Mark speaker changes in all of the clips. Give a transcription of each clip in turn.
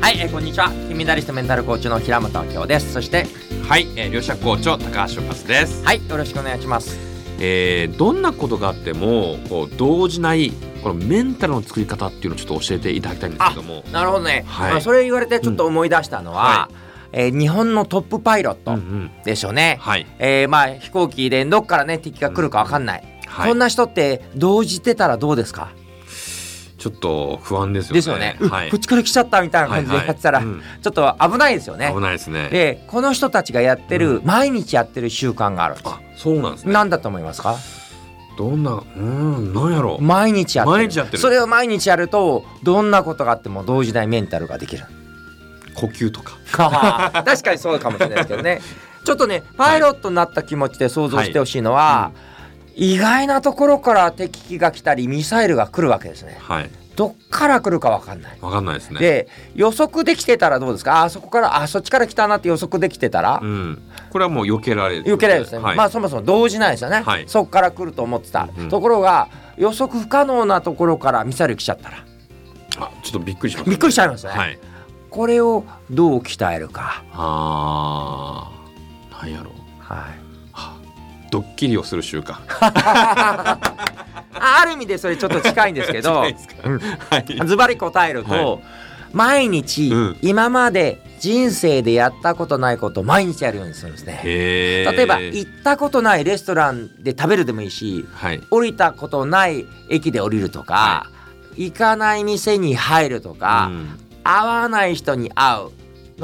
Speaker 1: はい、えーこんにちは金メダリストメンタルコーチの平本明夫ですそして
Speaker 2: はい、えー、両者校長高橋和です、
Speaker 1: はいよろしくお願いします
Speaker 2: えーどんなことがあってもこう動じないこのメンタルの作り方っていうのをちょっと教えていただきたいんですけども
Speaker 1: なるほどね、
Speaker 2: はい
Speaker 1: まあそれ言われてちょっと思い出したのは、えー日本のトップパイロッ
Speaker 2: うんう
Speaker 1: ト
Speaker 2: ん
Speaker 1: でしょうね、
Speaker 2: はい
Speaker 1: えーまあ飛行機でどっからね敵が来るかわかんない、
Speaker 2: はい
Speaker 1: こんな人って動じてたらどうですか
Speaker 2: ちょっと不安ですよね
Speaker 1: ですよね、う
Speaker 2: はい
Speaker 1: こっちから来ちゃったみたいな
Speaker 2: は
Speaker 1: 感
Speaker 2: い
Speaker 1: じで
Speaker 2: は
Speaker 1: や
Speaker 2: い
Speaker 1: ってたら、
Speaker 2: うん
Speaker 1: ちょっと危ないですよね
Speaker 2: 危ないですね
Speaker 1: でこの人たちがやってる、毎日やってる習慣がある
Speaker 2: あそうなんですね
Speaker 1: 何だと思いますか
Speaker 2: どんなうーんなんやろう
Speaker 1: 毎日やってる
Speaker 2: 毎日やってる
Speaker 1: それを毎日やるとどんなことがあっても動じないメンタルがで きる
Speaker 2: 呼吸とか
Speaker 1: 確かにそうかもしれないですけど ねちょっとねパイロットになった気持ちで想像してほしいのは、意外なところから敵機が来たりミサイルが来るわけですね
Speaker 2: はい
Speaker 1: どっから来るかわかんない
Speaker 2: わかんないですね
Speaker 1: で予測できてたらどうですかあそこからあそっちから来たなって予測できてたら、
Speaker 2: うんこれはもう避けられる
Speaker 1: 避けられるですね、
Speaker 2: はい、
Speaker 1: まあそもそも動じないですよね、
Speaker 2: はい
Speaker 1: そこから来ると思ってた、
Speaker 2: うんうん
Speaker 1: ところが予測不可能なところからミサイル来ちゃったら
Speaker 2: あちょっとびっくりしました
Speaker 1: びっくりしちゃいますよね、
Speaker 2: はい
Speaker 1: これをどう鍛えるか、
Speaker 2: あーなんやろう
Speaker 1: はい、
Speaker 2: ドッキリをする習慣
Speaker 1: あある意味でそれちょっと近いんですけど
Speaker 2: ないですかはい
Speaker 1: ズバリ答えると、
Speaker 2: は
Speaker 1: 毎日、
Speaker 2: うん
Speaker 1: 今まで人生でやったことないことを毎日やるようにするんですね
Speaker 2: へー
Speaker 1: 例えば行ったことないレストランで食べるでもいいし
Speaker 2: はい
Speaker 1: 降りたことない駅で降りるとか、行かない店に入るとか、
Speaker 2: うん
Speaker 1: 会わない人に会う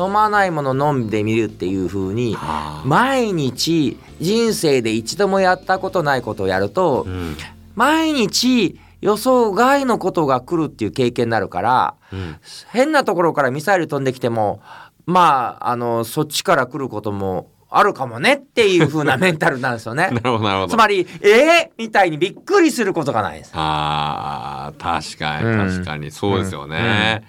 Speaker 1: 飲まないもの飲んでみるっていう風に
Speaker 2: あー
Speaker 1: 毎日人生で一度もやったことないことをやると
Speaker 2: うん
Speaker 1: 毎日予想外のことが来るっていう経験になるから
Speaker 2: うん
Speaker 1: 変なところからミサイル飛んできてもまああのそっちから来ることもあるかもねっていう風なメンタルなんですよね
Speaker 2: なる。ほどなるほど
Speaker 1: つまり「えー!」みたいにびっくりすることがないです。
Speaker 2: あー確か
Speaker 1: うん
Speaker 2: に確かにそうですよね、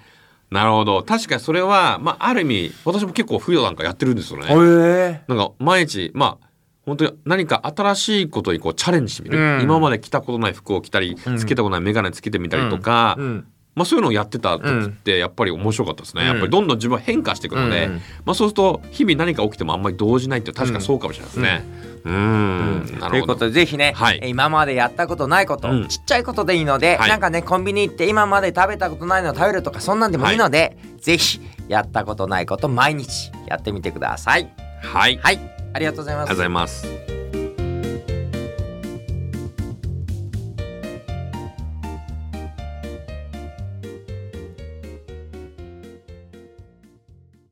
Speaker 2: なるほど確かにそれは、まあ、ある意味私も結構冬なんかやってるんですよね
Speaker 1: え
Speaker 2: なんか毎日まあ本当に何か新しいことにこうチャレンジしてみる、
Speaker 1: うん
Speaker 2: 今まで着たことない服を着たり、
Speaker 1: うん
Speaker 2: つけたことない眼鏡つけてみたりとか、
Speaker 1: うん
Speaker 2: まあ、そういうのをやってた時ってやっぱり面白かったですね、
Speaker 1: うん
Speaker 2: やっぱりどんどん自分は変化していくので、
Speaker 1: うん
Speaker 2: まあ、そうすると日々何か起きてもあんまり動じないって確かそうかもしれないですね。うん、んな
Speaker 1: とい
Speaker 2: る
Speaker 1: う
Speaker 2: ほ
Speaker 1: こ
Speaker 2: ど
Speaker 1: とでぜひね、
Speaker 2: はい
Speaker 1: えー今までやったことないこと、
Speaker 2: うん
Speaker 1: ちっちゃいことでいいので、
Speaker 2: はい
Speaker 1: なんかねコンビニ行って今まで食べたことないのを食べるとかそんなんでもいいので、ぜひやったことないこと毎日やってみてください。
Speaker 2: はいありが
Speaker 1: はいありがとうございま
Speaker 2: とうご
Speaker 1: す
Speaker 2: ざいます